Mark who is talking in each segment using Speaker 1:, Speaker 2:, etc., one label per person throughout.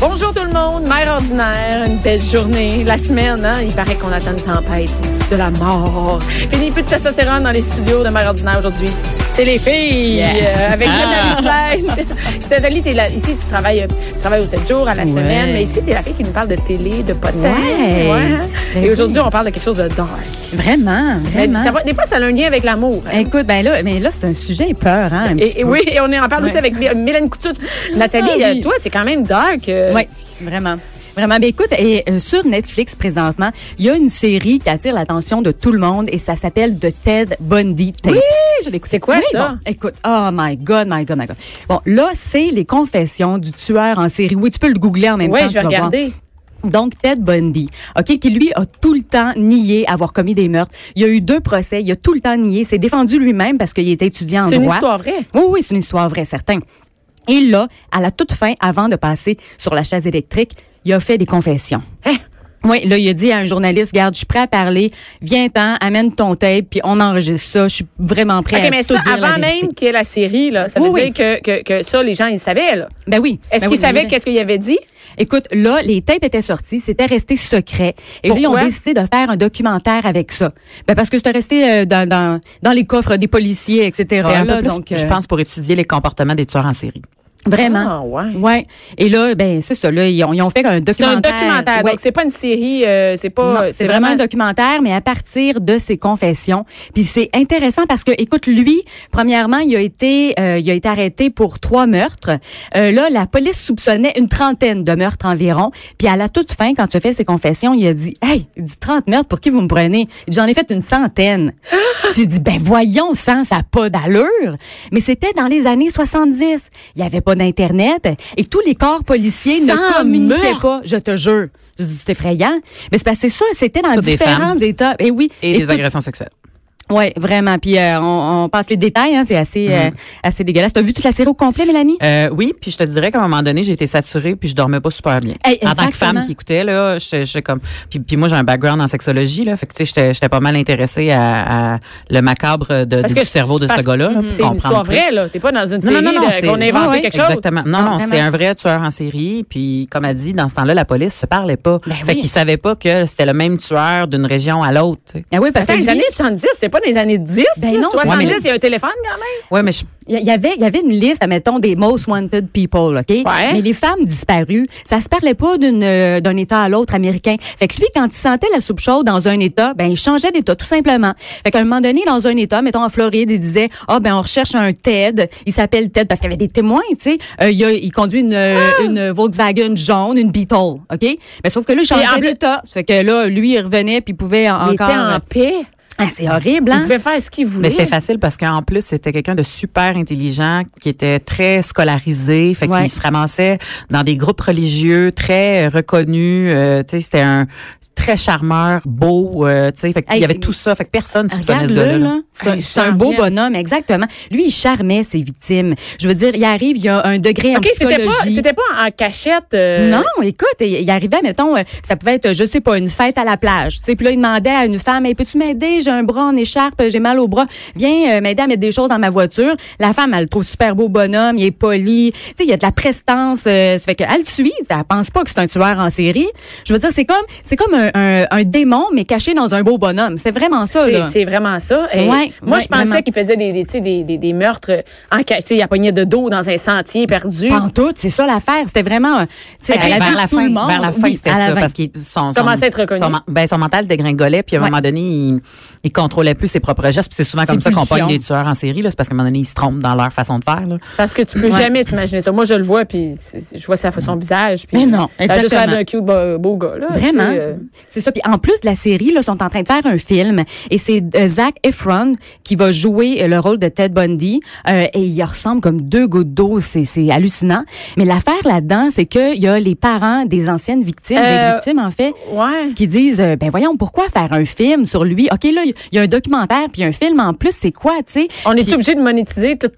Speaker 1: Bonjour tout le monde, mère ordinaire, une belle journée. La semaine, hein, il paraît qu'on attend une tempête de la mort. Fini plus de testostérone dans les studios de mère ordinaire aujourd'hui. C'est les filles euh, avec
Speaker 2: Ah.
Speaker 1: Nathalie Slade. Nathalie, t'es là. Ici, tu travailles, euh, tu travailles aux 7 jours à la
Speaker 2: Ouais.
Speaker 1: semaine, mais ici, t'es la fille qui nous parle de télé, de potins.
Speaker 2: Ouais.
Speaker 1: hein.
Speaker 2: Ben
Speaker 1: Et
Speaker 2: oui.
Speaker 1: aujourd'hui, on parle de quelque chose de dark.
Speaker 2: Vraiment,
Speaker 1: Mais
Speaker 2: vraiment.
Speaker 1: Ben, ça va- des fois, ça a un lien avec l'amour. hein.
Speaker 2: Écoute, ben là, mais là, c'est un sujet peur, hein, un petit
Speaker 1: Et, et
Speaker 2: peu.
Speaker 1: oui, et on en parle aussi
Speaker 2: Ouais.
Speaker 1: avec Mé- Mélanie Couture. Nathalie,
Speaker 2: Ah oui.
Speaker 1: euh, toi, c'est quand même dark. euh,
Speaker 2: Oui, vraiment. Vraiment. Ben écoute, et euh, sur Netflix présentement, il y a une série qui attire l'attention de tout le monde et ça s'appelle The Ted Bundy Tapes. Oui, je l'ai
Speaker 1: C'est quoi, ça?
Speaker 2: écoute, oh my God, my God, my God. Bon, là, c'est les confessions du tueur en série. Oui, tu peux le googler en même
Speaker 1: Ouais, je
Speaker 2: temps. tu
Speaker 1: vais
Speaker 2: vas voir.
Speaker 1: regarder.
Speaker 2: Donc Ted Bundy, ok, qui lui a tout le temps nié avoir commis des meurtres. Il y a eu deux procès, il a tout le temps nié, s'est défendu lui-même parce qu'il était étudiant en
Speaker 1: C'est une
Speaker 2: droit.
Speaker 1: histoire vraie.
Speaker 2: Oui, oui, c'est une histoire vraie, certain. Et là, à la toute fin, avant de passer sur la chaise électrique, il a fait des confessions.
Speaker 1: Hein?
Speaker 2: Oui, là, il a dit à un journaliste, garde, je suis prêt à parler, viens-t'en, amène ton tape, puis on enregistre ça, je suis vraiment prêt
Speaker 1: OK,
Speaker 2: à
Speaker 1: mais
Speaker 2: tout
Speaker 1: ça,
Speaker 2: dire la
Speaker 1: avant
Speaker 2: vérité.
Speaker 1: même qu'il y ait la série, là, ça veut
Speaker 2: Oui,
Speaker 1: dire que, que, que ça, les gens, ils savaient. là.
Speaker 2: Ben oui.
Speaker 1: Est-ce
Speaker 2: ben
Speaker 1: qu'ils
Speaker 2: oui,
Speaker 1: savaient
Speaker 2: oui.
Speaker 1: qu'est-ce qu'il avait dit?
Speaker 2: Écoute, là, les tapes étaient sortis, c'était resté secret. Et là, ils ont
Speaker 1: Pourquoi?
Speaker 2: décidé de faire un documentaire avec ça. Ben parce que c'était resté euh, dans, dans, dans les coffres des policiers, etc.
Speaker 3: C'était un
Speaker 2: là,
Speaker 3: peu plus,
Speaker 2: donc,
Speaker 3: je
Speaker 2: euh,
Speaker 3: pense, pour étudier les comportements des tueurs en série.
Speaker 2: Vraiment.
Speaker 1: Ah, ouais.
Speaker 2: Ouais. Et là, ben c'est ça. Là, ils ont, ils ont fait un
Speaker 1: C'est un
Speaker 2: documentaire.
Speaker 1: documentaire,
Speaker 2: Ouais.
Speaker 1: donc c'est pas une série, euh, c'est
Speaker 2: Non,
Speaker 1: pas...
Speaker 2: c'est vraiment un documentaire, mais à partir de ses confessions. Puis c'est intéressant parce que, écoute, lui, premièrement, il a été, euh, il a été arrêté pour trois meurtres. Euh, là, la police soupçonnait une trentaine de meurtres environ. Puis à la toute fin, quand tu as fait ses confessions, il a dit, hey, il dit 30 meurtres, pour qui vous me prenez Il dit, J'en ai fait une centaine. tu dis, ben voyons, sans ça a pas d'allure. Mais c'était dans les années 70. Il y avait pas d'internet et tous les corps policiers ne
Speaker 3: Sans
Speaker 2: communiquaient
Speaker 3: meurtre.
Speaker 2: pas. Je te jure. Je dis, c'est effrayant. Mais c'est parce que c'est ça, c'était dans
Speaker 3: Toutes des
Speaker 2: différents
Speaker 3: femmes.
Speaker 2: états. Et oui.
Speaker 3: Et, des
Speaker 2: tout-
Speaker 3: agressions sexuelles.
Speaker 2: Ouais, vraiment. Puis euh, on, on passe les détails, hein, c'est assez, euh, assez dégueulasse. T'as vu toute la série au complet, Mélanie?
Speaker 3: Mm-hmm. Euh, oui, puis je te dirais qu'à un moment donné, j'ai été saturée puis je dormais pas super bien.
Speaker 2: Hey,
Speaker 3: en tant que
Speaker 2: exactement.
Speaker 3: femme qui écoutait là, j'étais j'étais comme puis, puis moi j'ai un background en sexologie là, fait que tu sais j'étais j'étais pas mal intéressée à, à le macabre de,
Speaker 1: Parce
Speaker 3: du
Speaker 1: que-
Speaker 3: cerveau de
Speaker 1: parce
Speaker 3: ce gars-là. là, pour
Speaker 1: C'est une
Speaker 3: comprendre
Speaker 1: histoire
Speaker 3: plus.
Speaker 1: vraie, là. T'es pas dans une
Speaker 3: Non,
Speaker 1: série
Speaker 3: non, non, non,
Speaker 1: là,
Speaker 3: c'est-
Speaker 1: qu'on a inventé
Speaker 2: Ouais, ouais,
Speaker 1: quelque chose.
Speaker 3: Exactement. Non,
Speaker 2: Non,
Speaker 3: non, c'est
Speaker 2: vraiment.
Speaker 3: un vrai tueur en série. Puis, comme elle dit, dans ce temps-là, la police se parlait pas.
Speaker 2: Ben
Speaker 3: fait
Speaker 2: oui.
Speaker 3: qu'ils savaient pas que c'était le même tueur d'une région à l'autre. tu sais.
Speaker 2: Ah oui, parce
Speaker 1: Dans
Speaker 2: que
Speaker 1: les
Speaker 2: lui,
Speaker 1: années 70, c'est pas dans les années 10.
Speaker 2: Ben
Speaker 1: là.
Speaker 2: non,
Speaker 1: 70,
Speaker 3: ouais, mais-
Speaker 1: il y a un téléphone quand même.
Speaker 3: Ouais, mais je-
Speaker 2: il y- y avait, il y avait une liste, admettons, des most wanted people, OK? Mais les femmes disparues, ça se parlait pas d'une, euh, d'un État à l'autre américain. Fait que lui, quand il sentait la soupe chaude dans un État, ben, il changeait d'État, tout simplement. Fait qu'à un moment donné, dans un État, mettons en Floride, il disait, ah, ben, on recherche un Ted. Il s'appelle Ted parce qu'il y avait des témoins, tu sais. Euh, il, a- il conduit
Speaker 1: Ah!
Speaker 2: une, euh, une Volkswagen jaune, une Beetle, OK? Mais sauf que là,
Speaker 1: Et
Speaker 2: il
Speaker 1: en
Speaker 2: changeait
Speaker 1: plus-
Speaker 2: d'État. Fait que là, lui, il revenait puis il pouvait
Speaker 1: Il
Speaker 2: encore.
Speaker 1: était en paix.
Speaker 2: Ah, c'est horrible,
Speaker 1: Il
Speaker 2: hein?
Speaker 1: pouvait faire ce qu'il voulait.
Speaker 3: Mais c'était facile parce qu'en plus, c'était quelqu'un de super intelligent, qui était très scolarisé, fait
Speaker 2: Ouais.
Speaker 3: qu'il se ramassait dans des groupes religieux très euh, reconnus. euh, tu sais, c'était un très charmeur, beau, euh, tu sais, fait qu'il
Speaker 2: Hey,
Speaker 3: y avait tout ça, fait que personne ne soupçonnait ce
Speaker 2: Regarde-le,
Speaker 3: gars-là. là.
Speaker 2: là. C'est un-
Speaker 1: Hey,
Speaker 2: C'est un beau
Speaker 1: charmant.
Speaker 2: bonhomme, exactement. Lui, il charmait ses victimes. Je veux dire, il arrive, il y a un degré en
Speaker 1: OK, c'était pas,
Speaker 2: psychologie.
Speaker 1: c'était pas en cachette. euh,
Speaker 2: Non, écoute, il, il arrivait, mettons, euh, ça pouvait être, je sais pas, une fête à la plage. Tu sais, puis là, il demandait à une femme, hey, peux-tu m'aider? J'ai un bras en écharpe, j'ai mal au bras. Viens euh, m'aider à mettre des choses dans ma voiture. La femme, elle le trouve super beau bonhomme, il est poli. Tu sais, il y a de la prestance. euh, ça fait qu'elle le suit. Elle pense pas que c'est un tueur en série. Je veux dire, c'est comme, c'est comme un, un- un démon, mais caché dans un beau bonhomme. C'est vraiment ça,
Speaker 1: C'est-
Speaker 2: là.
Speaker 1: C'est vraiment ça. Et
Speaker 2: Ouais,
Speaker 1: moi,
Speaker 2: ouais,
Speaker 1: je pensais
Speaker 2: vraiment.
Speaker 1: qu'il faisait des, des, tu sais, des, des, des meurtres en cachette. Tu sais, Il a pogné de dos dans un sentier perdu.
Speaker 2: Pas en tout, c'est ça l'affaire. C'était vraiment, euh, tu sais,
Speaker 3: Hey,
Speaker 2: à la
Speaker 3: Ben, vers,
Speaker 2: vue
Speaker 3: la
Speaker 2: de tout
Speaker 3: fin,
Speaker 2: le monde.
Speaker 3: vers la fin,
Speaker 2: Oui,
Speaker 3: c'était
Speaker 2: à la
Speaker 3: ça.
Speaker 2: fin.
Speaker 3: Parce qu'il son, son,
Speaker 1: Commençait à être reconnu.
Speaker 3: Son, ben, son mental dégringolait, puis à un
Speaker 2: Ouais.
Speaker 3: moment donné, il, il contrôlait plus ses propres gestes. Puis c'est souvent comme
Speaker 2: Ses
Speaker 3: ça qu'on pogne
Speaker 2: pulsions.
Speaker 3: les tueurs en série, là, c'est parce qu'à un moment donné, ils se trompent dans leur façon de faire. Là.
Speaker 1: Parce que tu peux jamais t'imaginer ça. Moi, je le vois, puis c'est- c'est- je vois sa, son visage. Puis
Speaker 2: Mm. Mais non,
Speaker 1: ça a juste l'air
Speaker 2: exactement.
Speaker 1: d'un cute beau, beau gars. Là,
Speaker 2: Vraiment.
Speaker 1: tu sais, euh.
Speaker 2: C'est ça. Puis en plus de la série, là, sont en train de faire un film. Et c'est euh, Zac Efron qui va jouer euh, le rôle de Ted Bundy. Euh, et il ressemble comme deux gouttes d'eau. C'est, c'est hallucinant. Mais l'affaire là-dedans, c'est qu'il y a les parents des anciennes victimes,
Speaker 1: Euh,
Speaker 2: des victimes, en fait,
Speaker 1: Ouais.
Speaker 2: qui disent euh, ben voyons pourquoi faire un film sur lui ok là il y a un documentaire puis un film en plus c'est quoi tu sais
Speaker 1: On est
Speaker 2: Puis-
Speaker 1: obligé de monétiser tout-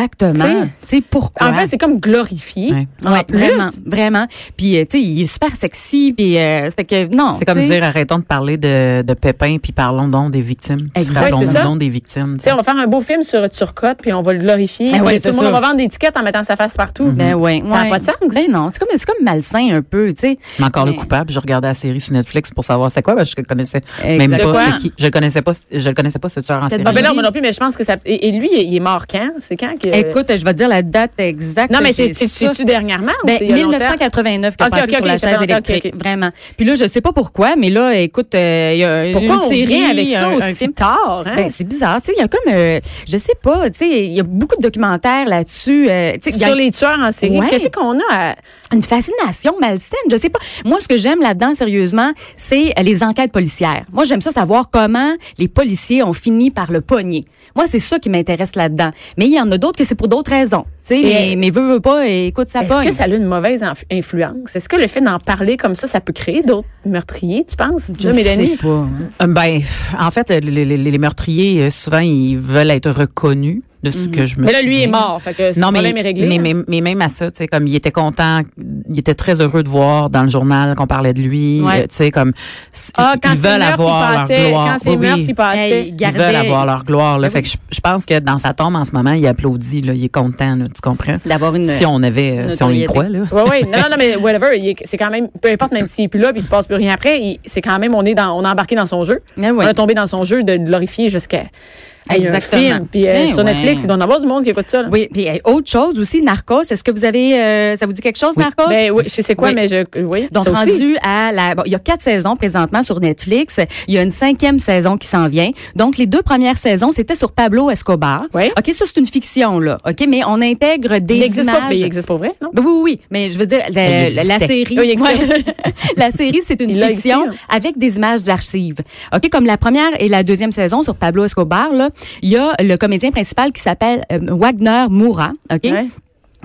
Speaker 2: Exactement. Tu sais pourquoi
Speaker 1: En fait, c'est comme glorifié.
Speaker 3: Ouais.
Speaker 1: en
Speaker 2: Ouais,
Speaker 1: Ah, plus.
Speaker 2: vraiment, vraiment. Puis euh, tu sais, il est super sexy puis euh, ça fait que non,
Speaker 3: C'est comme
Speaker 2: tu sais,
Speaker 3: dire arrêtons de parler de, de Pépin puis parlons donc des victimes.
Speaker 2: Exact.
Speaker 1: Ouais,
Speaker 3: Parlons
Speaker 1: c'est ça.
Speaker 3: donc des victimes.
Speaker 1: Tu sais, on va faire un beau film sur Turcotte, puis on va le glorifier.
Speaker 2: Ah
Speaker 1: puis
Speaker 2: ouais,
Speaker 1: tout le
Speaker 2: c'est
Speaker 1: monde
Speaker 2: ça.
Speaker 1: va vendre des étiquettes en mettant sa face partout.
Speaker 3: mm-hmm.
Speaker 2: ben ouais,
Speaker 1: Ça a
Speaker 2: ouais.
Speaker 1: pas de sens.
Speaker 2: Ben non, c'est comme c'est comme malsain un peu, tu sais.
Speaker 3: Mais encore
Speaker 2: Mais-
Speaker 3: le coupable, je regardais la série sur Netflix pour savoir c'était quoi parce que je connaissais même
Speaker 2: Exact.
Speaker 1: De quoi?
Speaker 3: pas c'était qui. Je le connaissais pas je le connaissais pas ce tueur en
Speaker 2: Peut-être
Speaker 3: série.
Speaker 1: Ah, ben là,
Speaker 2: Oui.
Speaker 1: moi non plus, mais je pense que ça. Et, et lui, il est mort quand? C'est quand que.
Speaker 2: Écoute, je vais te dire la date exacte.
Speaker 1: Euh, non, mais
Speaker 2: J'ai
Speaker 1: c'est- c'est-
Speaker 2: ça.
Speaker 1: c'est-tu dernièrement? ou
Speaker 2: Ben,
Speaker 1: c'est il y a longtemps?
Speaker 2: 1989 qui a
Speaker 1: Ok,
Speaker 2: passé
Speaker 1: ok,
Speaker 2: sur
Speaker 1: ok,
Speaker 2: la
Speaker 1: ça fait
Speaker 2: chaise
Speaker 1: longtemps,
Speaker 2: électrique,
Speaker 1: ok, ok.
Speaker 2: vraiment. Puis là, je sais pas pourquoi, mais là, écoute, euh, il y a
Speaker 1: Pourquoi
Speaker 2: une
Speaker 1: on
Speaker 2: série
Speaker 1: vient avec ça
Speaker 2: un- un
Speaker 1: aussi
Speaker 2: film.
Speaker 1: tard? Hein?
Speaker 2: Ben, c'est bizarre, tu sais, il y a comme, euh, je sais pas, tu sais, il y a beaucoup de documentaires là-dessus, euh, tu sais, il y a
Speaker 1: sur les tueurs en série,
Speaker 2: Ouais.
Speaker 1: qu'est-ce qu'on a à...
Speaker 2: une fascination malsaine, je sais pas. Moi, ce que j'aime là-dedans, sérieusement, c'est euh, les enquêtes policières. Moi, j'aime ça savoir comment les policiers ont fini par le pogner. Moi, c'est ça qui m'intéresse là-dedans. Mais il y en a d'autres que c'est pour d'autres raisons, tu sais, mais, mais veux, veux pas, écoute, ça
Speaker 1: euh, Est-ce
Speaker 2: pogne.
Speaker 1: que ça a une mauvaise inf- influence? Est-ce que le fait d'en parler comme ça, ça peut créer d'autres meurtriers, tu penses?
Speaker 2: je
Speaker 1: Là,
Speaker 2: sais
Speaker 1: Mélanie?
Speaker 2: pas. hein.
Speaker 3: Euh, Ben, en fait, les, les- les meurtriers, euh, souvent, ils veulent être reconnus de ce que je me
Speaker 1: Mhm. Mais là, lui est
Speaker 3: souviens.
Speaker 1: mort, fait que ce
Speaker 3: Non, mais,
Speaker 1: problème est réglé.
Speaker 3: mais,
Speaker 1: là.
Speaker 3: mais- mais même à ça, tu sais, comme il était content, il était très heureux de voir dans le journal qu'on parlait de lui,
Speaker 2: Ouais.
Speaker 3: euh, tu sais, comme s-
Speaker 1: ah,
Speaker 3: ils
Speaker 1: quand c'est
Speaker 3: veulent
Speaker 1: meurtre, il
Speaker 3: avoir leur
Speaker 1: passait.
Speaker 3: gloire.
Speaker 1: Quand c'est
Speaker 3: Oui, oui.
Speaker 1: meurtre, il passait.
Speaker 2: Hey,
Speaker 3: Ils veulent
Speaker 2: gardait-
Speaker 3: avoir leur gloire. Là.
Speaker 2: Ben
Speaker 3: Fait que je, je pense que dans sa tombe en ce moment, il applaudit, là, il est content, là, tu comprends?
Speaker 2: D'avoir une.
Speaker 3: Si on avait, euh, si on y
Speaker 2: notoriété.
Speaker 3: croit, là.
Speaker 1: Oui, oui. Non, non, mais whatever. il est- C'est quand même, peu importe, même s'il est plus là, puis il se passe plus rien après, il- c'est quand même, on est dans, on est embarqué dans son jeu.
Speaker 2: Ah ouais.
Speaker 1: On est tombé dans son jeu de glorifier jusqu'à à un
Speaker 2: Exactement.
Speaker 1: film. Puis euh,
Speaker 2: Ben
Speaker 1: sur
Speaker 2: ouais.
Speaker 1: Netflix, il doit y en avoir du monde qui écoute ça. là.
Speaker 2: Oui, puis hey, autre chose aussi, Narcos. Est-ce que vous avez, euh, ça vous dit quelque chose, Narcos?
Speaker 1: Ben oui, je sais quoi,
Speaker 2: Oui.
Speaker 1: mais je, oui.
Speaker 2: Donc
Speaker 1: ça aussi.
Speaker 2: rendu à la, bon, il y a quatre saisons présentement sur Netflix. Il y a une cinquième saison qui s'en vient. Donc les deux premières saisons c'était sur Pablo Escobar.
Speaker 1: Ouais.
Speaker 2: Ok, ça c'est une fiction là. Ok, mais on intègre des
Speaker 1: il existe pas,
Speaker 2: images.
Speaker 1: mais il existe pour vrai, non?
Speaker 2: Ben oui, oui, oui, mais je veux dire, la,
Speaker 3: Il
Speaker 2: la- la
Speaker 3: existait.
Speaker 2: série,
Speaker 1: Oui, il existe.
Speaker 2: Ouais. la série, c'est une
Speaker 1: Il hein. a
Speaker 2: fiction
Speaker 1: existé,
Speaker 2: avec des images d'archives. Ok, comme la première et la deuxième saison sur Pablo Escobar, là, il y a le comédien principal qui s'appelle euh, Wagner Moura. Ok.
Speaker 1: Ouais.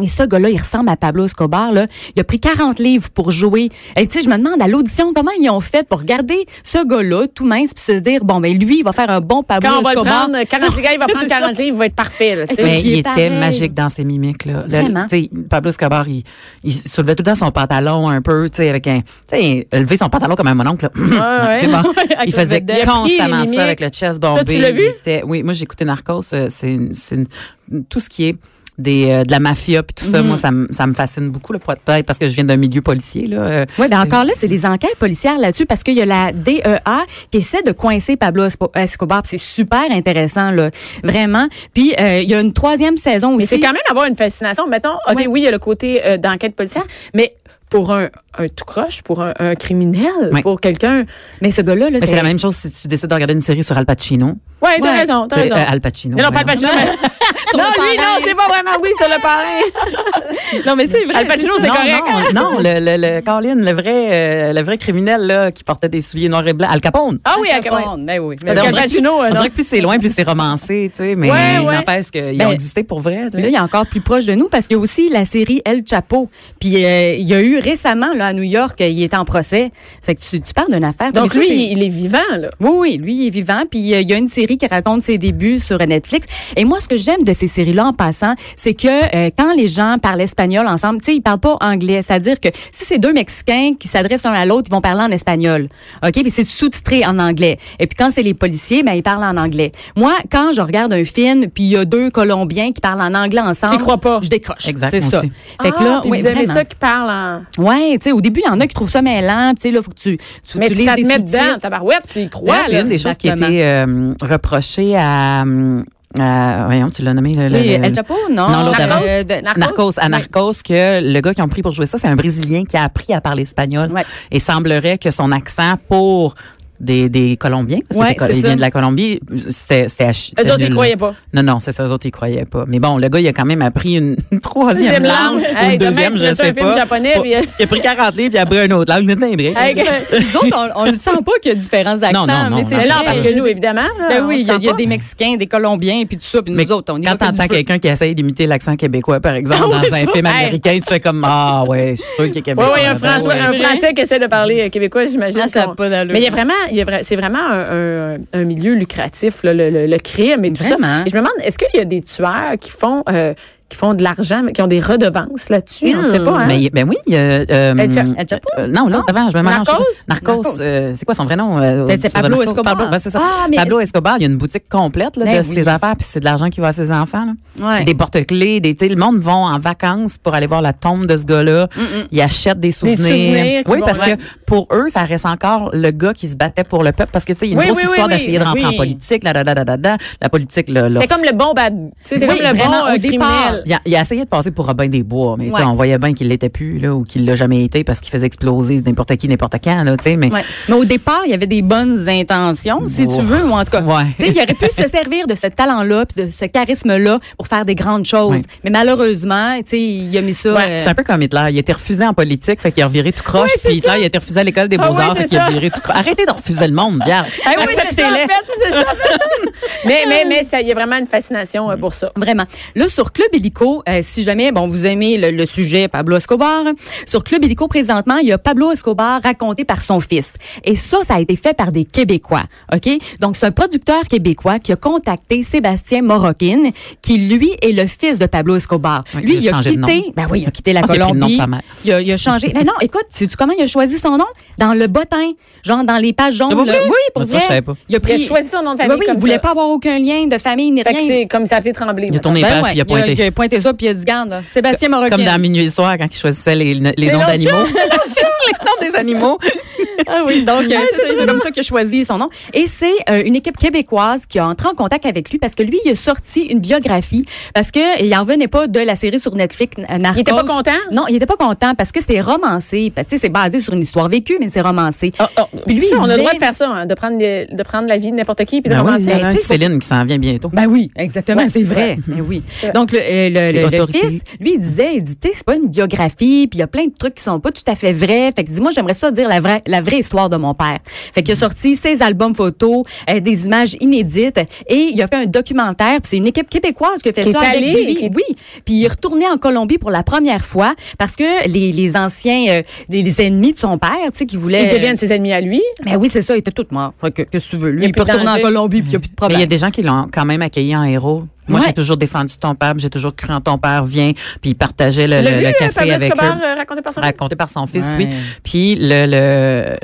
Speaker 2: Et ce gars-là, il ressemble à Pablo Escobar. Là. Il a pris 40 livres pour jouer. Et tu sais, je me demande à l'audition comment ils ont fait pour regarder ce gars-là tout mince puis se dire bon, ben lui, il va faire un bon Pablo
Speaker 1: Quand on va le
Speaker 2: Escobar.
Speaker 1: prendre, 40 gars, il va prendre
Speaker 2: C'est ça. Ben
Speaker 1: 40 livres, il va être parfait, là, tu sais.
Speaker 2: Mais
Speaker 3: Mais
Speaker 2: qui est
Speaker 3: il était
Speaker 2: pareil.
Speaker 3: magique dans ses mimiques là. Le-
Speaker 2: Vraiment.
Speaker 3: tu sais, Pablo Escobar, il, il soulevait tout le temps son pantalon un peu, tu sais, avec un, tu sais, lever son pantalon comme un mononcle. là.
Speaker 1: Ah ouais.
Speaker 3: Tu sais, bon,
Speaker 1: Avec le
Speaker 3: il faisait
Speaker 1: vedette. Il a pris les
Speaker 3: constamment
Speaker 1: mimiques.
Speaker 3: ça avec le chest
Speaker 1: Toi,
Speaker 3: bombé.
Speaker 1: tu l'as vu?
Speaker 3: Il était- oui, moi j'ai écouté Narcos. euh, C'est une- c'est une- tout ce qui est des, euh, de la mafia puis tout ça.
Speaker 1: Mm-hmm.
Speaker 3: Moi, ça, me- ça me fascine beaucoup le poids de taille parce que je viens d'un milieu policier là. euh,
Speaker 2: Oui, ben encore là, c'est les enquêtes policières là-dessus parce qu'il y a la DEA qui essaie de coincer Pablo Espo- Escobar. puis C'est super intéressant, là, vraiment. Puis euh, il y a une troisième saison
Speaker 1: Mais
Speaker 2: aussi.
Speaker 1: c'est quand même avoir une fascination. Mettons, OK,
Speaker 2: Ouais.
Speaker 1: oui, il y a le côté euh, d'enquête policière, mais pour un, un tout croche, pour un, un criminel,
Speaker 3: Ouais.
Speaker 1: pour quelqu'un.
Speaker 2: Mais ce gars-là, là,
Speaker 3: mais c'est
Speaker 2: c'est-
Speaker 3: la même chose si tu décides de regarder une série sur Al Pacino.
Speaker 1: Ouais, t'as
Speaker 2: Ouais.
Speaker 1: raison, t'as
Speaker 3: Euh,
Speaker 1: raison.
Speaker 3: Al Pacino.
Speaker 1: non, non, pas Al
Speaker 3: voyons.
Speaker 1: Pacino. mais-
Speaker 2: Sur
Speaker 1: non,
Speaker 2: le
Speaker 1: lui, non,
Speaker 2: parrain.
Speaker 1: c'est pas vraiment oui sur le parrain.
Speaker 2: Non, mais c'est vrai.
Speaker 1: Al Pacino,
Speaker 2: c'est
Speaker 1: c'est
Speaker 2: ça.
Speaker 1: correct.
Speaker 3: Non, non, non, le, le, le Colin, le vrai, euh, le vrai criminel là, qui portait des souliers noirs et blancs, Al Capone.
Speaker 1: Ah oui, à
Speaker 2: Capone, ben oui. Mais
Speaker 1: Parce
Speaker 3: On
Speaker 1: qu'Al
Speaker 3: dirait que-
Speaker 1: Pacino, euh,
Speaker 3: on
Speaker 1: non.
Speaker 3: dirait que plus c'est loin, plus c'est romancé, tu sais, mais
Speaker 1: Ouais, ouais.
Speaker 3: n'empêche qu'ils
Speaker 2: Ben,
Speaker 3: ont existé pour vrai. tu
Speaker 2: Mais
Speaker 3: sais.
Speaker 1: hein.
Speaker 2: là, il y a encore plus proche de nous parce qu'il y a aussi la série El Chapo. Puis euh, il y a eu récemment, là, à New York, il est en procès. Ça fait que tu, tu parles d'une affaire.
Speaker 1: Donc
Speaker 2: Mais ça,
Speaker 1: lui,
Speaker 2: c'est-
Speaker 1: il est vivant, là.
Speaker 2: Oui, oui, lui il est vivant. Puis euh, il y a une série qui raconte ses débuts sur Netflix. Et moi, ce que j'aime de ces séries-là, en passant, c'est que euh, quand les gens parlent espagnol ensemble, tu sais, ils parlent pas anglais. C'est-à-dire que si c'est deux Mexicains qui s'adressent l'un à l'autre, ils vont parler en espagnol. Ok, puis c'est sous-titré en anglais. Et puis quand c'est les policiers, ben ils parlent en anglais. Moi, quand je regarde un film, puis il y a deux Colombiens qui parlent en anglais ensemble,
Speaker 1: T'y crois pas.
Speaker 2: Je décroche.
Speaker 3: Exact,
Speaker 2: C'est
Speaker 3: moi
Speaker 2: ça.
Speaker 3: aussi.
Speaker 2: Fait que là,
Speaker 1: Ah, puis
Speaker 2: oui,
Speaker 1: vous avez
Speaker 2: vraiment.
Speaker 1: ça qui parle en.
Speaker 2: Ouais, tu sais, au début, il y en a qui trouvent ça mêlant. puis Tu sais, là, faut que tu, tu,
Speaker 1: Mais
Speaker 2: tu lises
Speaker 1: ça
Speaker 2: des Ben,
Speaker 1: te met
Speaker 2: sous-titres.
Speaker 1: dedans, tabarouette, tu y
Speaker 3: D'ailleurs,
Speaker 1: crois,
Speaker 3: c'est
Speaker 1: là.
Speaker 3: une des choses qui
Speaker 2: exactement.
Speaker 3: était euh, reprochée à, euh, à- Voyons, tu l'as nommé. Le, le-
Speaker 2: Oui,
Speaker 3: le-
Speaker 2: El Chapo, non.
Speaker 3: Non, l'autre
Speaker 1: avant.
Speaker 2: Euh, de-
Speaker 1: Narcos?
Speaker 3: Narcos, à Narcos, que le gars qui ont pris pour jouer ça, c'est un Brésilien qui a appris à parler espagnol.
Speaker 2: Ouais.
Speaker 3: Et semblerait que son accent pour des, des Colombiens, parce
Speaker 2: Ouais,
Speaker 3: que
Speaker 2: c'est
Speaker 3: il
Speaker 2: ça.
Speaker 3: vient de la Colombie, c'était c'était à chi-
Speaker 1: Eux autres,
Speaker 3: nul.
Speaker 1: ils croyaient pas.
Speaker 3: Non, non, c'est ça, eux autres, ils croyaient pas. Mais bon, le gars, il a quand même appris une, une troisième
Speaker 1: Deuxième langue.
Speaker 3: langue, ou
Speaker 1: Hey,
Speaker 3: une deuxième,
Speaker 1: demain, tu fais
Speaker 3: je sais
Speaker 1: un film
Speaker 3: pas.
Speaker 1: japonais,
Speaker 3: Pas-
Speaker 1: puis- euh,
Speaker 3: Il a pris 40 livres, puis il a appris une autre langue. Tiens, break.
Speaker 1: Hey,
Speaker 2: Les autres, on, on le sent pas qu'il y a différents accents,
Speaker 3: Non, non, non,
Speaker 2: mais
Speaker 3: non,
Speaker 2: c'est
Speaker 1: Mais
Speaker 2: vrai.
Speaker 1: non, parce que nous, évidemment. là,
Speaker 2: Ben
Speaker 1: on
Speaker 2: oui,
Speaker 1: le
Speaker 2: il y a,
Speaker 1: sent
Speaker 2: il y a
Speaker 1: pas.
Speaker 2: des Mexicains, des Colombiens, puis tout ça, puis
Speaker 3: Mais
Speaker 2: nous autres, on y
Speaker 3: quand
Speaker 2: va comme
Speaker 3: t'entends
Speaker 2: du feu.
Speaker 3: quelqu'un qui essaye d'imiter l'accent québécois, par exemple,
Speaker 1: Ah oui,
Speaker 3: dans un
Speaker 1: ça,
Speaker 3: film
Speaker 1: hey.
Speaker 3: américain, tu fais comme Ah ouais, je suis sûr qu'il est
Speaker 1: Oui,
Speaker 3: québécois.
Speaker 1: oui, un,
Speaker 3: Ben
Speaker 1: François-
Speaker 3: ouais.
Speaker 1: un Français qui essaie de parler euh, québécois, j'imagine.
Speaker 2: Ah, ça a
Speaker 1: qu'on-
Speaker 2: pas d'allure.
Speaker 1: Mais il y a vraiment il y a vra- c'est vraiment un, un- un milieu lucratif, là, le, le- le crime et tout
Speaker 2: Vraiment.
Speaker 1: ça. Et je me demande, est-ce qu'il y a des tueurs qui font, euh, qui font de l'argent, mais qui ont des redevances là-dessus? On ne sait pas, hein?
Speaker 3: Mais, ben oui. Euh, euh,
Speaker 1: El Cha-
Speaker 2: El Chapo?
Speaker 3: euh, non, l'autre avant, je me mélange.
Speaker 1: Narcos?
Speaker 3: Narcos,
Speaker 2: Narcos.
Speaker 3: euh, c'est quoi son vrai nom? euh,
Speaker 2: Ben, c'est
Speaker 3: sur
Speaker 2: Pablo
Speaker 3: Narcos?
Speaker 2: Escobar.
Speaker 3: Pablo, ben, c'est ça.
Speaker 2: Ah, mais-
Speaker 3: Pablo Escobar, il y a une boutique complète là,
Speaker 2: Ben
Speaker 3: de
Speaker 2: oui.
Speaker 3: ses affaires, puis c'est de l'argent qui va à ses enfants. là.
Speaker 2: Ouais.
Speaker 3: Des porte-clés, des, tu sais, le monde va en vacances pour aller voir la tombe de ce gars-là. Il achète des souvenirs.
Speaker 1: souvenirs qui
Speaker 3: oui,
Speaker 1: vont-
Speaker 3: parce
Speaker 1: ouais.
Speaker 3: que pour eux, ça reste encore le gars qui se battait pour le peuple, parce que tu sais, il y a une
Speaker 1: Oui,
Speaker 3: grosse
Speaker 1: oui, oui,
Speaker 3: histoire
Speaker 1: oui.
Speaker 3: d'essayer de rentrer
Speaker 2: Oui.
Speaker 3: en politique, là, là, là, là, là, là. la politique, là, là,
Speaker 1: C'est comme le bon bad. tu sais, C'est
Speaker 2: Oui,
Speaker 1: comme le bon
Speaker 2: vraiment, au
Speaker 1: euh,
Speaker 2: départ.
Speaker 1: criminel.
Speaker 3: il a, il a essayé de passer pour Robin des Bois, mais tu sais,
Speaker 2: Ouais.
Speaker 3: on voyait bien qu'il l'était plus là, ou qu'il l'a jamais été parce qu'il faisait exploser n'importe qui, n'importe quand. Là, tu sais, mais
Speaker 2: Ouais. Mais au départ, il y avait des bonnes intentions, si
Speaker 3: Ouh.
Speaker 2: tu veux, ou en tout cas.
Speaker 3: Ouais.
Speaker 2: Tu sais, Il aurait pu se servir de ce talent-là, puis de ce charisme-là pour faire des grandes choses.
Speaker 3: Ouais.
Speaker 2: Mais malheureusement, tu sais, il a mis ça.
Speaker 3: Ouais,
Speaker 2: euh,
Speaker 3: c'est un peu comme Hitler. Il était refusé en politique, fait qu'il a reviré tout croche.
Speaker 1: Oui, c'est
Speaker 3: puis Hitler,
Speaker 1: ça.
Speaker 3: il était refusé à l'école des
Speaker 1: Ah
Speaker 3: beaux-arts,
Speaker 1: oui,
Speaker 3: fait
Speaker 1: c'est
Speaker 3: qu'il a
Speaker 1: ça.
Speaker 3: viré tout croche. Arrêtez de refuser le monde, vierge.
Speaker 1: Eh oui, c'est ça, en
Speaker 3: Acceptez-les.
Speaker 1: fait, c'est ça, en fait. mais mais mais ça, il y a vraiment une fascination euh, pour ça.
Speaker 2: Vraiment. Là, sur Club Illico, euh, si jamais, bon, vous aimez le, le sujet Pablo Escobar, hein, sur Club Illico, présentement, il y a Pablo Escobar raconté par son fils. Et ça, ça a été fait par des Québécois, OK? Donc, c'est un producteur québécois qui a contacté Sébastien Morockin, qui, lui, est le fils de Pablo Escobar.
Speaker 3: Oui,
Speaker 2: lui,
Speaker 3: il a
Speaker 2: il a
Speaker 3: changé de nom.
Speaker 2: quitté... Ben oui, il a quitté la
Speaker 3: pense qu'il a pris le nom de
Speaker 2: Colombie.
Speaker 3: sa mère.
Speaker 2: Il a, il a changé... Mais non, écoute, sais-tu comment il a choisi son nom? Dans le bottin, genre dans les pages jaunes.
Speaker 3: pas
Speaker 2: là.
Speaker 3: vrai?
Speaker 2: Oui, pour
Speaker 3: Ah, ça,
Speaker 2: vrai.
Speaker 3: je savais pas.
Speaker 2: Il a, pris...
Speaker 1: choisi son nom de famille
Speaker 2: Oui, oui,
Speaker 1: comme
Speaker 2: il voulait
Speaker 1: ça.
Speaker 2: pas avoir aucun lien de famille ni
Speaker 1: Fait que
Speaker 2: rien.
Speaker 1: c'est comme ça fait trembler.
Speaker 3: Il a tourné les
Speaker 2: Ben
Speaker 3: pages,
Speaker 2: ouais,
Speaker 3: puis il a pointé.
Speaker 2: Il a, pointé ça, puis il a dit, garde, là, Sébastien Morocco.
Speaker 3: Comme dans Minuit et Soir, quand il choisissait les, les noms
Speaker 1: noms de
Speaker 3: d'animaux. les noms des animaux.
Speaker 2: Ah oui, donc euh, tu sais, c'est comme ça qu'il a choisi son nom. Et c'est euh, une équipe québécoise qui a entré en contact avec lui parce que lui, il a sorti une biographie parce que il en venait pas de la série sur Netflix euh, Narcos.
Speaker 1: Il était pas content?
Speaker 2: Non, il était pas content parce que c'était romancé. Fait que, Tu sais, c'est basé sur une histoire vécue, mais c'est romancé.
Speaker 3: Ah,
Speaker 2: Puis lui,
Speaker 1: Ah, Ça,
Speaker 2: il
Speaker 1: on a le
Speaker 2: disait-
Speaker 1: droit de faire ça, hein, de prendre les- de prendre la vie de n'importe qui puis de
Speaker 3: Ben oui,
Speaker 1: commencer.
Speaker 3: il y en a un
Speaker 2: tu
Speaker 3: qui
Speaker 2: sais,
Speaker 3: Céline qui s'en vient bientôt.
Speaker 2: Ben oui, exactement,
Speaker 1: Ouais,
Speaker 2: c'est vrai. Ben oui. Donc le, euh, le- le- le
Speaker 3: autorité.
Speaker 2: fils, lui, il disait, il dit, Tu sais, c'est pas une biographie, puis il y a plein de trucs qui sont pas tout à fait vrais. Fait que dis-moi, j'aimerais ça dire la vraie, la vraie histoire de mon père. Fait qu'il a sorti ses albums photos, euh, des images inédites, et il a fait un documentaire. Puis c'est une équipe québécoise qui a fait
Speaker 1: Qui
Speaker 2: ça
Speaker 1: est
Speaker 2: avec
Speaker 1: allée,
Speaker 2: lui.
Speaker 1: qui est-
Speaker 2: Oui. Puis il est retourné en Colombie pour la première fois parce que les, les anciens, euh, les, les ennemis de son père, tu sais, qui voulaient.
Speaker 1: Ils deviennent ses ennemis à lui.
Speaker 2: Mais oui, c'est ça, ils étaient tous morts. Fait que, qu'est-ce que tu veux? Lui,
Speaker 1: Il y a
Speaker 2: il peut
Speaker 1: plus de
Speaker 2: retourner en
Speaker 1: danger.
Speaker 2: Colombie, puis il y a plus de
Speaker 3: Mais
Speaker 2: problème.
Speaker 3: il y a des gens qui l'ont quand même accueilli en héros. Moi,
Speaker 2: Ouais.
Speaker 3: j'ai toujours défendu ton père, puis j'ai toujours cru en ton père, viens, puis il partageait le,
Speaker 1: Tu l'as
Speaker 3: le-
Speaker 1: vu,
Speaker 3: le
Speaker 1: euh,
Speaker 3: café
Speaker 1: Pablo
Speaker 3: avec
Speaker 1: Escobar,
Speaker 3: eux.
Speaker 1: euh, raconté par son fils?
Speaker 3: raconté par son fils,
Speaker 2: hein, Ouais.
Speaker 3: oui. Puis le, le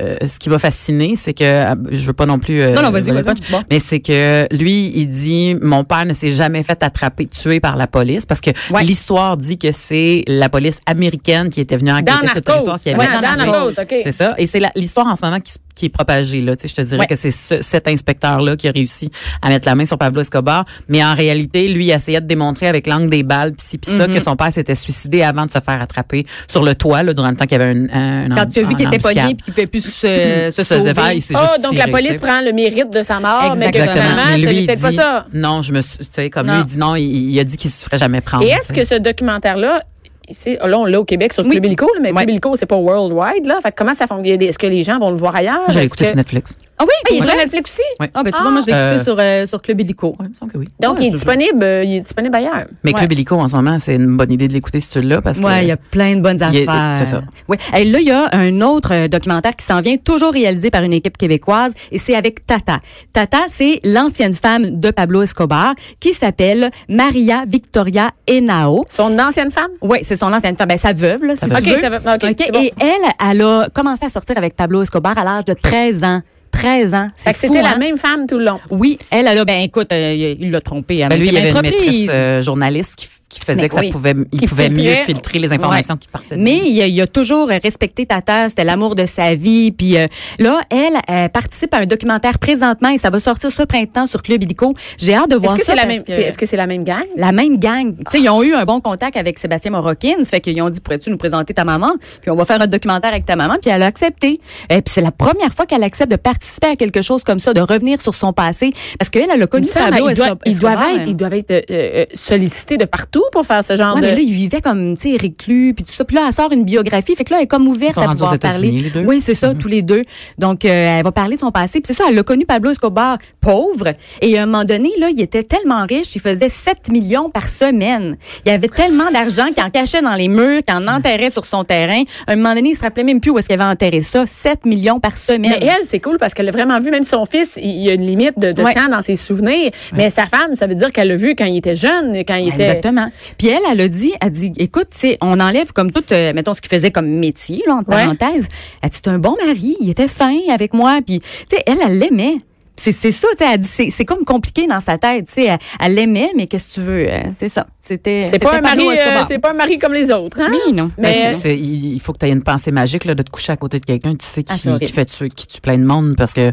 Speaker 3: euh, ce qui m'a fasciné, c'est que euh, je veux pas non plus euh,
Speaker 2: Non, non, vas-y,
Speaker 3: voler
Speaker 2: vas-y,
Speaker 3: punch,
Speaker 2: bon.
Speaker 3: mais c'est que lui, il dit mon père ne s'est jamais fait attraper, tué par la police parce que
Speaker 2: Ouais.
Speaker 3: l'histoire dit que c'est la police américaine qui était venue enquêter
Speaker 1: Dans
Speaker 3: sur le
Speaker 1: Narcos.
Speaker 3: territoire qui avait
Speaker 1: Ouais,
Speaker 2: dans
Speaker 3: tué.
Speaker 1: Narcos, ok.
Speaker 3: C'est ça et c'est la- l'histoire en ce moment qui, se- qui est propagée là, tu sais, je te dirais
Speaker 2: Ouais.
Speaker 3: que c'est ce- cet inspecteur là qui a réussi à mettre la main sur Pablo Escobar, mais en réalité, lui il essayait de démontrer avec l'angle des balles puis ci, puis ça que
Speaker 2: Mm-hmm.
Speaker 3: son père s'était suicidé avant de se faire attraper sur le toit là durant le temps qu'il y avait un, un
Speaker 2: Quand tu as vu
Speaker 3: en
Speaker 2: qu'il était
Speaker 3: embuscade.
Speaker 2: pogné puis qu'il ne pouvait plus se, se
Speaker 3: Ça se
Speaker 2: sauver.
Speaker 3: faisait faire, il s'est
Speaker 1: Ah,
Speaker 3: juste
Speaker 1: donc
Speaker 3: tiré,
Speaker 1: la police
Speaker 3: tu sais.
Speaker 1: prend le mérite de sa mort, mais que
Speaker 2: Exactement.
Speaker 1: finalement,
Speaker 3: Mais lui,
Speaker 1: c'était
Speaker 3: il
Speaker 1: peut-être pas
Speaker 3: dit,
Speaker 1: ça.
Speaker 3: Non, je me suis, tu sais, comme
Speaker 2: Non.
Speaker 3: lui, il dit non, il, il a dit qu'il se ferait jamais prendre.
Speaker 1: Et est-ce
Speaker 3: tu
Speaker 1: que
Speaker 3: sais.
Speaker 1: ce documentaire-là, ici, là, on l'a au Québec sur
Speaker 2: Oui.
Speaker 1: Club Illico, là, mais
Speaker 2: Ouais.
Speaker 1: Club Illico, c'est pas worldwide, là. Fait que comment ça fonctionne? Est-ce que les gens vont le voir ailleurs?
Speaker 3: J'ai
Speaker 1: Est-ce
Speaker 3: écouté
Speaker 1: que-
Speaker 3: sur Netflix.
Speaker 2: Ah oui,
Speaker 1: Ah, il est
Speaker 2: pour
Speaker 1: sur
Speaker 2: vrai?
Speaker 1: Netflix aussi?
Speaker 3: Ouais.
Speaker 2: Ah, ben tu vois, moi, je l'ai écouté sur, euh, sur Club Illico.
Speaker 3: Ouais, il me semble que oui.
Speaker 1: Donc,
Speaker 3: Ouais,
Speaker 1: il est
Speaker 3: c'est-
Speaker 1: disponible, euh, il est disponible ailleurs.
Speaker 3: Mais Club
Speaker 2: Ouais.
Speaker 3: Illico, en ce moment, c'est une bonne idée de l'écouter si tu l'as parce que.
Speaker 2: Ouais, il y a plein de bonnes
Speaker 3: il y a-
Speaker 2: affaires.
Speaker 3: c'est ça.
Speaker 2: Ouais. Et là, il y a un autre euh, documentaire qui s'en vient, toujours réalisé par une équipe québécoise, et c'est avec Tata. Tata, c'est l'ancienne femme de Pablo Escobar, qui s'appelle Maria Victoria Henao.
Speaker 1: Son ancienne femme?
Speaker 2: Oui, c'est son ancienne femme, ben, sa veuve, là, si
Speaker 3: veuve.
Speaker 2: tu
Speaker 1: Ok,
Speaker 2: veux.
Speaker 1: sa veuve, ok,
Speaker 2: Ok,
Speaker 1: c'est bon.
Speaker 2: Et elle, elle a commencé à sortir avec Pablo Escobar à l'âge de 13 ans. 13 ans.
Speaker 1: Fait
Speaker 2: C'est
Speaker 1: que
Speaker 2: fou,
Speaker 1: c'était la
Speaker 2: hein?
Speaker 1: même femme tout le long.
Speaker 2: Oui, elle, elle a, ben écoute, euh, il l'a trompée à
Speaker 3: Ben, lui, il y avait
Speaker 2: maintes
Speaker 3: une maîtrise
Speaker 2: reprises.
Speaker 3: journaliste qui, f- qui faisait
Speaker 1: Mais
Speaker 3: que ça
Speaker 1: oui.
Speaker 3: pouvait, il
Speaker 1: Qui
Speaker 3: pouvait mieux
Speaker 1: filtrait.
Speaker 3: filtrer les informations qui partaient. de
Speaker 2: Mais
Speaker 3: lui.
Speaker 2: il a, il a toujours euh, respecté Tata, c'était l'amour de sa vie. Puis euh, là, elle, elle participe à un documentaire présentement et ça va sortir ce printemps sur Club Illico. J'ai hâte de voir
Speaker 1: Est-ce que
Speaker 2: ça
Speaker 1: c'est la
Speaker 2: parce
Speaker 1: même,
Speaker 2: que-
Speaker 1: c'est- est-ce que c'est la même gang?
Speaker 2: la même gang. Tu sais, ils ont eu un bon contact avec Sébastien Morockin. Ça fait qu'ils ont dit, pourrais-tu nous présenter ta maman? Puis on va faire un documentaire avec ta maman. Puis elle a accepté. Et puis c'est la première fois qu'elle accepte de participer à quelque chose comme ça, de revenir sur son passé. Parce qu'elle, elle a
Speaker 1: Il
Speaker 2: connu
Speaker 1: me semble,
Speaker 2: Pablo
Speaker 1: ils doivent,
Speaker 2: Escobar-
Speaker 1: ils doivent
Speaker 2: Escobar,
Speaker 1: être, ils doivent être euh, euh, sollicités de partout tout pour faire ce genre
Speaker 2: Ouais,
Speaker 1: de.
Speaker 2: mais là, il vivait comme, tu sais, reclus, puis tout ça. Puis là, elle sort une biographie. Fait que là, elle est comme ouverte
Speaker 3: sont
Speaker 2: à
Speaker 3: rendus
Speaker 2: pouvoir
Speaker 3: aux États-Unis,
Speaker 2: parler.
Speaker 3: les deux. Mhm.
Speaker 2: Oui, c'est ça, tous les deux. Donc, euh, elle va parler de son passé. Puis c'est ça, elle a connu Pablo Escobar pauvre. Et à un moment donné, là, il était tellement riche, il faisait 7 millions par semaine. Il avait tellement d'argent qu'il en cachait dans les murs, qu'il en enterrait sur son terrain. À un moment donné, il se rappelait même plus où est-ce qu'il avait enterré ça. 7 millions par semaine.
Speaker 1: Mais elle, c'est cool parce qu'elle l'a vraiment vu, même son fils, il il y a une limite de, de
Speaker 2: Ouais.
Speaker 1: temps dans ses souvenirs. Mais sa femme, ça veut dire qu'elle l'a vu quand il était jeune, quand il était.
Speaker 2: Exactement. Puis elle, elle a dit, elle dit, écoute, tu sais, on enlève comme tout, euh, mettons, ce qu'il faisait comme métier, là, entre
Speaker 1: Ouais.
Speaker 2: parenthèses. Elle dit, c'est un bon mari, il était fin avec moi, puis, tu sais, elle, elle l'aimait. C'est, c'est ça, tu sais, elle dit, c'est, c'est comme compliqué dans sa tête, tu sais, elle- elle l'aimait, mais qu'est-ce que tu veux, euh, c'est ça. C'était,
Speaker 1: C'est pas,
Speaker 2: c'était
Speaker 1: un mari,
Speaker 2: Pablo
Speaker 1: euh,
Speaker 2: Escobar.
Speaker 1: c'est pas un mari comme les autres, hein?
Speaker 2: Oui, non.
Speaker 1: Mais-
Speaker 3: Ben, c'est- c'est- il il faut que tu aies une pensée magique là, de te coucher à côté de quelqu'un, tu sais, qui,
Speaker 2: Ah, c'est horrible.
Speaker 3: qui fait tuer, qui tue plein de monde parce que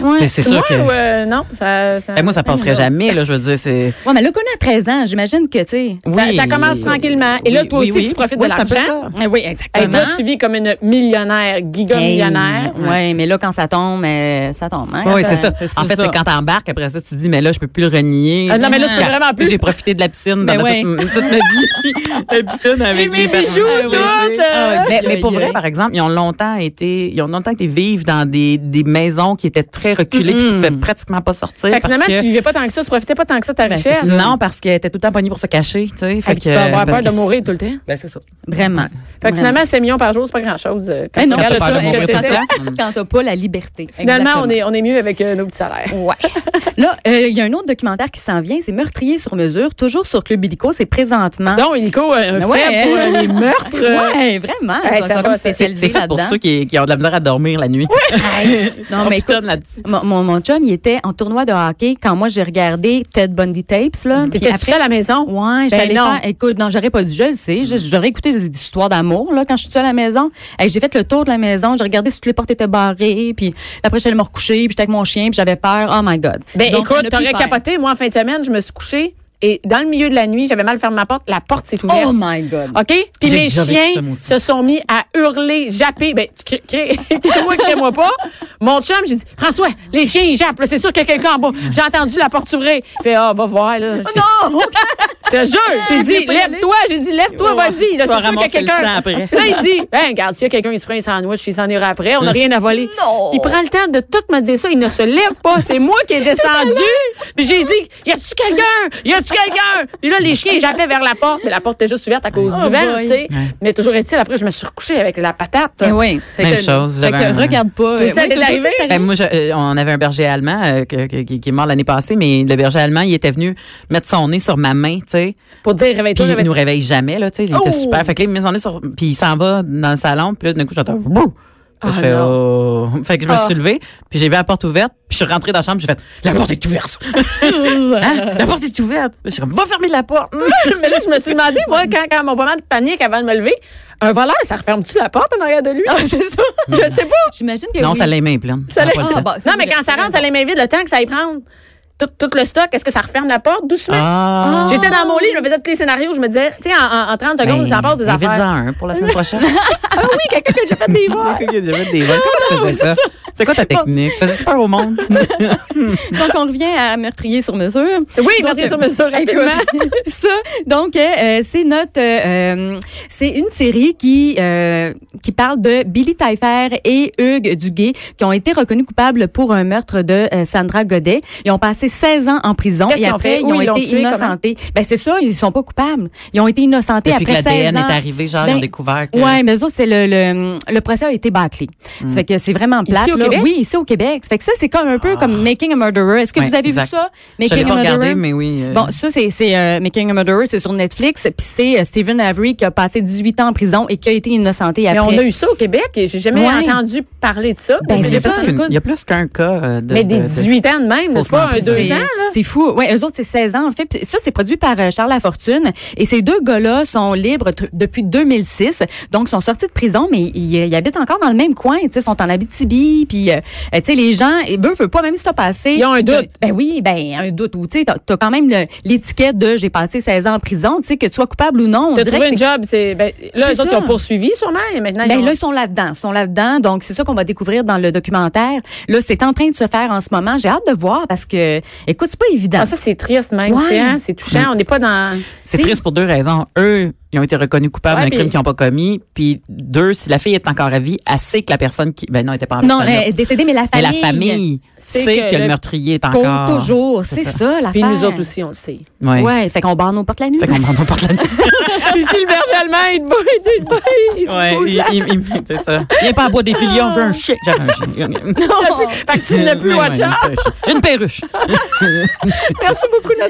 Speaker 2: Ouais.
Speaker 3: tu sais, c'est
Speaker 1: Ouais,
Speaker 3: sûr que.
Speaker 1: ou, euh, non, ça. ça-
Speaker 3: Ben, moi, ça passerait
Speaker 1: non.
Speaker 3: jamais, là, je veux dire, c'est.
Speaker 2: Ouais, mais elle l'a connu à 13 ans, j'imagine que, tu sais.
Speaker 1: Ça- ça commence tranquillement. Et là, toi aussi, tu profites de
Speaker 3: c'est un peu
Speaker 1: l'argent.
Speaker 3: ça.
Speaker 2: Eh Oui,
Speaker 1: Hey,
Speaker 2: exactement.
Speaker 1: toi, tu vis comme une millionnaire, giga-millionnaire.
Speaker 2: Hey, ouais, mais là, quand ça tombe, euh, ça tombe, hein.
Speaker 3: Oui, c'est ça. En fait,
Speaker 2: ça.
Speaker 3: c'est quand t'embarques, après ça, tu dis, mais là, je peux plus le renier.
Speaker 1: Ah, non, mais là, tu peux
Speaker 3: Quand-
Speaker 1: vraiment plus.
Speaker 3: sais, J'ai profité de la piscine
Speaker 2: Ben
Speaker 3: pendant
Speaker 2: ouais.
Speaker 3: toute, toute ma vie. la piscine avec
Speaker 1: mes
Speaker 3: les personnes.
Speaker 1: bijoux,
Speaker 3: Ah, oui,
Speaker 1: tout,
Speaker 3: tu sais.
Speaker 1: euh,
Speaker 3: Ah, mais, mais pour
Speaker 2: aïe,
Speaker 3: vrai,
Speaker 2: aïe.
Speaker 3: par exemple, ils ont longtemps été, ils ont longtemps été vivre dans des, des maisons qui étaient très reculées puis qui ne pouvaient pratiquement pas sortir.
Speaker 1: Fait que
Speaker 3: parce
Speaker 1: finalement,
Speaker 3: que-
Speaker 1: tu vivais pas tant que ça, tu profitais pas tant que ça de ta
Speaker 2: Ben, c'est
Speaker 1: richesse.
Speaker 2: ça.
Speaker 3: Non, parce qu'elle était tout le temps pognée pour se cacher, tu sais.
Speaker 1: Fait que tu dois avoir
Speaker 3: parce
Speaker 1: peur de
Speaker 3: que-
Speaker 1: mourir tout le temps.
Speaker 3: Ben, c'est ça.
Speaker 2: Vraiment.
Speaker 1: Fait que
Speaker 2: Vraiment.
Speaker 1: finalement, 7 millions par jour, c'est pas grand-chose. euh, quand
Speaker 2: Eh
Speaker 1: tu
Speaker 2: non,
Speaker 1: regardes
Speaker 2: c'est
Speaker 1: le
Speaker 2: pas
Speaker 1: solde
Speaker 2: de
Speaker 1: que
Speaker 2: mourir
Speaker 1: c'était.
Speaker 3: temps.
Speaker 2: quand t'as pas la liberté.
Speaker 1: Finalement, on
Speaker 2: Exactement.
Speaker 1: est, on est mieux avec euh, nos petits salaires.
Speaker 2: Ouais. Là, euh, il y a un autre documentaire qui s'en vient, c'est Meurtrier sur mesure, toujours sur Club Illico, c'est présentement.
Speaker 1: Donc, Nico, un
Speaker 2: Ben
Speaker 1: fait
Speaker 2: ouais,
Speaker 1: pour
Speaker 2: hein.
Speaker 1: euh, les meurtres. euh,
Speaker 2: ouais, vraiment.
Speaker 1: Hey,
Speaker 2: ils
Speaker 1: ça
Speaker 2: sont- sont
Speaker 1: va,
Speaker 2: comme
Speaker 1: ça. C'est-
Speaker 3: C'est
Speaker 2: spécialisés
Speaker 3: fait pour
Speaker 2: là-dedans.
Speaker 3: ceux qui, qui ont de la misère à dormir la nuit.
Speaker 2: Aïe. Non,
Speaker 3: On
Speaker 2: mais
Speaker 3: pitonne
Speaker 2: écoute,
Speaker 3: là-dessus.
Speaker 2: mon, mon, mon chum, il était en tournoi de hockey quand moi j'ai regardé Ted Bundy Tapes, là. Puis
Speaker 1: T'étais tout
Speaker 2: après,
Speaker 1: seul à la maison.
Speaker 2: Ouais, j'étais
Speaker 1: Ben
Speaker 2: allée
Speaker 1: non.
Speaker 2: faire- écoute, non, j'aurais pas dû, je le sais, je- j'aurais écouté des histoires d'amour, là, quand je suis seule à la maison. Hey, j'ai fait le tour de la maison, j'ai regardé si toutes les portes étaient barrées, puis après, j'allais me recoucher, puis j'étais avec mon chien, puis j'avais peur. Oh my God.
Speaker 1: Ben
Speaker 2: Donc, on a
Speaker 1: écoute,
Speaker 2: pu
Speaker 1: t'aurais
Speaker 2: faire.
Speaker 1: capoté. Moi, en fin de semaine, je me suis couchée et dans le milieu de la nuit, j'avais mal fermé ma porte. La porte s'est ouverte.
Speaker 2: Oh my God.
Speaker 1: OK? Puis
Speaker 3: J'ai
Speaker 1: les
Speaker 3: déjà vécu ça,
Speaker 1: chiens
Speaker 3: moi aussi.
Speaker 1: se sont mis à hurler, japper. Ben, tu crées, crées, moi, crée-moi pas. Mon chum, j'ai dit, François, les chiens, ils jappent. là. C'est sûr qu'il y a quelqu'un en bas. J'ai entendu la porte s'ouvrir. Il fait, ah, oh, va voir, là.
Speaker 2: non!
Speaker 1: Je te jure. J'ai dit,
Speaker 2: Ah, pas y aller.
Speaker 1: lève-toi. J'ai dit, lève-toi,
Speaker 3: Ouais,
Speaker 1: vas-y. Là,
Speaker 3: tu vas
Speaker 1: c'est sûr qu'il y a
Speaker 3: ramasser le sang
Speaker 1: quelqu'un.
Speaker 3: après.
Speaker 1: Là, il dit, ben, regarde, s'il y a quelqu'un, il se fera un sandwich, il s'en ira après. On n'a rien à voler.
Speaker 2: Non.
Speaker 1: Il prend le temps de tout me dire ça. Il ne se lève pas. C'est moi qui ai descendu. Puis j'ai dit, y a-tu quelqu'un? Y a-tu quelqu'un? Puis là, les chiens, j'appelais vers la porte, mais la porte était juste ouverte à cause du vent,
Speaker 2: Oh boy.
Speaker 1: tu sais. Mais toujours est-il, après, je me suis recouchée avec la patate.
Speaker 2: Eh oui. Fait
Speaker 3: Même
Speaker 2: que-
Speaker 3: chose,
Speaker 2: Fait que
Speaker 3: j'avais un-
Speaker 2: regarde pas.
Speaker 1: Tout Ben ça
Speaker 2: Ouais,
Speaker 1: t'es
Speaker 2: toi
Speaker 1: arrivé?
Speaker 2: aussi, t'es
Speaker 3: Ben, moi, je- euh, on avait un berger allemand euh, que- que- qui, qui est mort l'année passée, mais le berger allemand, il était venu mettre son nez sur ma main, tu sais.
Speaker 1: Pour dire, réveille-toi,
Speaker 3: Puis il nous
Speaker 1: réveille-toi.
Speaker 3: réveille jamais, là, tu sais. Il était
Speaker 1: Oh!
Speaker 3: super. Fait que là, il met son nez sur. Puis il s'en va dans le salon, puis là, d'un coup, j'entends. Bouh! Puis
Speaker 1: Ah
Speaker 3: je fais,
Speaker 1: non.
Speaker 3: oh. Fait que je me
Speaker 1: Ah.
Speaker 3: suis levée, puis j'ai vu la porte ouverte, puis je suis rentrée dans la chambre, j'ai fait la porte est ouverte. Hein? La porte est ouverte. Je suis comme va fermer la porte.
Speaker 1: mais là, je me suis demandé, moi, quand, quand mon moment de panique avant de me lever, un voleur, ça referme-tu la porte en arrière de
Speaker 2: Ah,
Speaker 1: lui? c'est ça. je sais pas.
Speaker 2: J'imagine que
Speaker 3: non,
Speaker 2: oui.
Speaker 3: ça les mains pleines.
Speaker 1: Ça
Speaker 3: Ça n'a
Speaker 1: l'a-
Speaker 3: pas le
Speaker 2: Ah,
Speaker 3: temps.
Speaker 2: bah,
Speaker 1: non, mais quand ça rentre, ça les met vite, le temps que ça y prendre. Tout, tout le stock, est-ce que ça referme la porte doucement?
Speaker 3: Ah.
Speaker 1: J'étais dans mon lit, je me faisais tous les scénarios, je me disais, tu sais, en, en- en 30
Speaker 2: Ben,
Speaker 1: secondes, ça passe des
Speaker 3: invite-en
Speaker 1: affaires.
Speaker 3: Ben, un pour la semaine prochaine.
Speaker 1: Ah oui, quelqu'un que j'ai fait des voix.
Speaker 3: Ok, j'ai fait des vols. Comment tu faisais ça? C'est quoi ta technique? Tu faisais peur au monde?
Speaker 2: Donc, on revient à meurtrier sur mesure.
Speaker 1: Oui,
Speaker 2: Donc,
Speaker 1: mettez sur mesure rapidement.
Speaker 2: Écoute, ça, donc euh, c'est notre, euh, euh, c'est une série qui euh, qui parle de Billy Taillefer et Hugues Duguay qui ont été reconnus coupables pour un meurtre de euh, Sandra Godet. Ils ont passé 16 ans en prison
Speaker 1: Qu'est-ce
Speaker 2: et
Speaker 1: qu'ils ont
Speaker 2: après
Speaker 1: fait?
Speaker 2: ils
Speaker 1: Où
Speaker 2: ont
Speaker 1: ils l'ont
Speaker 2: été
Speaker 1: tué? Comment?
Speaker 2: innocentés. Ben c'est ça, ils sont pas coupables. Ils ont été innocentés
Speaker 3: Depuis que
Speaker 2: après 16
Speaker 3: l'ADN est
Speaker 2: ans.
Speaker 3: arrivé, genre, ils
Speaker 2: Ben,
Speaker 3: ont découvert que.
Speaker 2: Ouais, mais eux autres, c'est le, le, le procès a été bâclé.
Speaker 3: Hmm.
Speaker 2: Ça fait que c'est vraiment plate.
Speaker 1: au
Speaker 2: là.
Speaker 1: Québec?
Speaker 2: Oui, ici au Québec. Ça fait que ça, c'est comme un peu comme Making a Murderer. Est-ce que
Speaker 3: Ah. Ouais,
Speaker 2: vous avez
Speaker 3: exact.
Speaker 2: vu ça?
Speaker 3: Je l'ai
Speaker 2: Making
Speaker 3: pas regardé, mais oui. euh,
Speaker 2: Bon, ça, c'est, c'est euh, Making a Murderer, c'est sur Netflix. Puis c'est euh, Stephen Avery qui a passé 18 ans en prison et qui a été innocenté
Speaker 1: Mais
Speaker 2: après.
Speaker 1: on a eu ça au Québec et j'ai jamais
Speaker 2: Ouais.
Speaker 1: entendu parler de ça. Mais
Speaker 2: Ben,
Speaker 3: il, y a
Speaker 2: c'est
Speaker 1: des
Speaker 3: plus
Speaker 2: ça,
Speaker 1: personnes-
Speaker 3: qu'une-
Speaker 2: écoute.
Speaker 3: il y a plus qu'un cas euh, de.
Speaker 1: mais des
Speaker 3: de- de-
Speaker 1: 18 ans de même, là, c'est pas un
Speaker 3: Faussement.
Speaker 1: 2
Speaker 2: C'est-
Speaker 1: ans, là.
Speaker 2: C'est fou. Ouais, eux autres, c'est 16 ans, en fait. Puis ça, c'est produit par euh, Charles Lafortune. Et ces deux gars-là sont libres t- depuis 2006. Donc, ils sont sortis de prison, mais ils, ils habitent encore dans le même coin. Tu sais, Ils sont en Abitibi, puis Puis, euh, euh, tu sais, les gens, ils veulent, veulent pas, même si t'as passé.
Speaker 1: Ils ont un doute.
Speaker 2: Ben oui, ben, un doute. Ou, tu sais, t'as t'as quand même le- l'étiquette de j'ai passé 16 ans en prison, tu sais, que tu sois coupable ou non. On
Speaker 1: T'as
Speaker 2: dirait
Speaker 1: trouvé
Speaker 2: que
Speaker 1: un job, c'est ben, là
Speaker 2: C'est
Speaker 1: les autres
Speaker 2: ça.
Speaker 1: qui ont poursuivi sûrement et maintenant
Speaker 2: Ben
Speaker 1: ils ont-
Speaker 2: là, ils sont là-dedans. Ils sont là-dedans. Donc, c'est ça qu'on va découvrir dans le documentaire. Là, c'est en train de se faire en ce moment. J'ai hâte de voir parce que, écoute, c'est pas évident.
Speaker 1: Ah, ça c'est triste même,
Speaker 2: Ouais.
Speaker 1: c'est hein, c'est touchant, on n'est pas dans
Speaker 3: C'est
Speaker 2: C'est-
Speaker 3: triste pour deux raisons. Un, ils ont été reconnus coupables
Speaker 1: Ouais,
Speaker 3: d'un
Speaker 1: puis-
Speaker 3: crime qu'ils n'ont pas commis. Puis deux, si la fille est encore à vie, elle sait que la personne qui... Ben non, elle n'était pas en vie.
Speaker 2: non,
Speaker 3: celle-là.
Speaker 2: elle est décédée, mais la
Speaker 3: Mais la
Speaker 2: famille.
Speaker 3: famille
Speaker 1: C'est
Speaker 3: sait
Speaker 1: que
Speaker 3: que, le
Speaker 1: le-
Speaker 3: meurtrier est
Speaker 2: compte
Speaker 3: encore...
Speaker 2: toujours.
Speaker 3: C'est
Speaker 2: C'est
Speaker 3: ça.
Speaker 2: ça, la
Speaker 1: puis nous autres aussi on le sait.
Speaker 3: Ouais.
Speaker 2: Ouais, fait qu'on barre nos portes la nuit.
Speaker 3: Fait qu'on prend porte la
Speaker 1: Ici le berger allemand, il te bouge, il te bouge, il te
Speaker 3: Ouais,
Speaker 1: bouge,
Speaker 3: il,
Speaker 1: là.
Speaker 3: il- il- c'est ça. Viens pas à bois des filions, j'ai un chien. J'avais un chien.
Speaker 1: T'as plus- Fait que tu n'as plus
Speaker 3: Mais
Speaker 1: watch
Speaker 3: ouais,
Speaker 1: out.
Speaker 3: J'ai une perruche.
Speaker 1: Merci beaucoup Nathalie.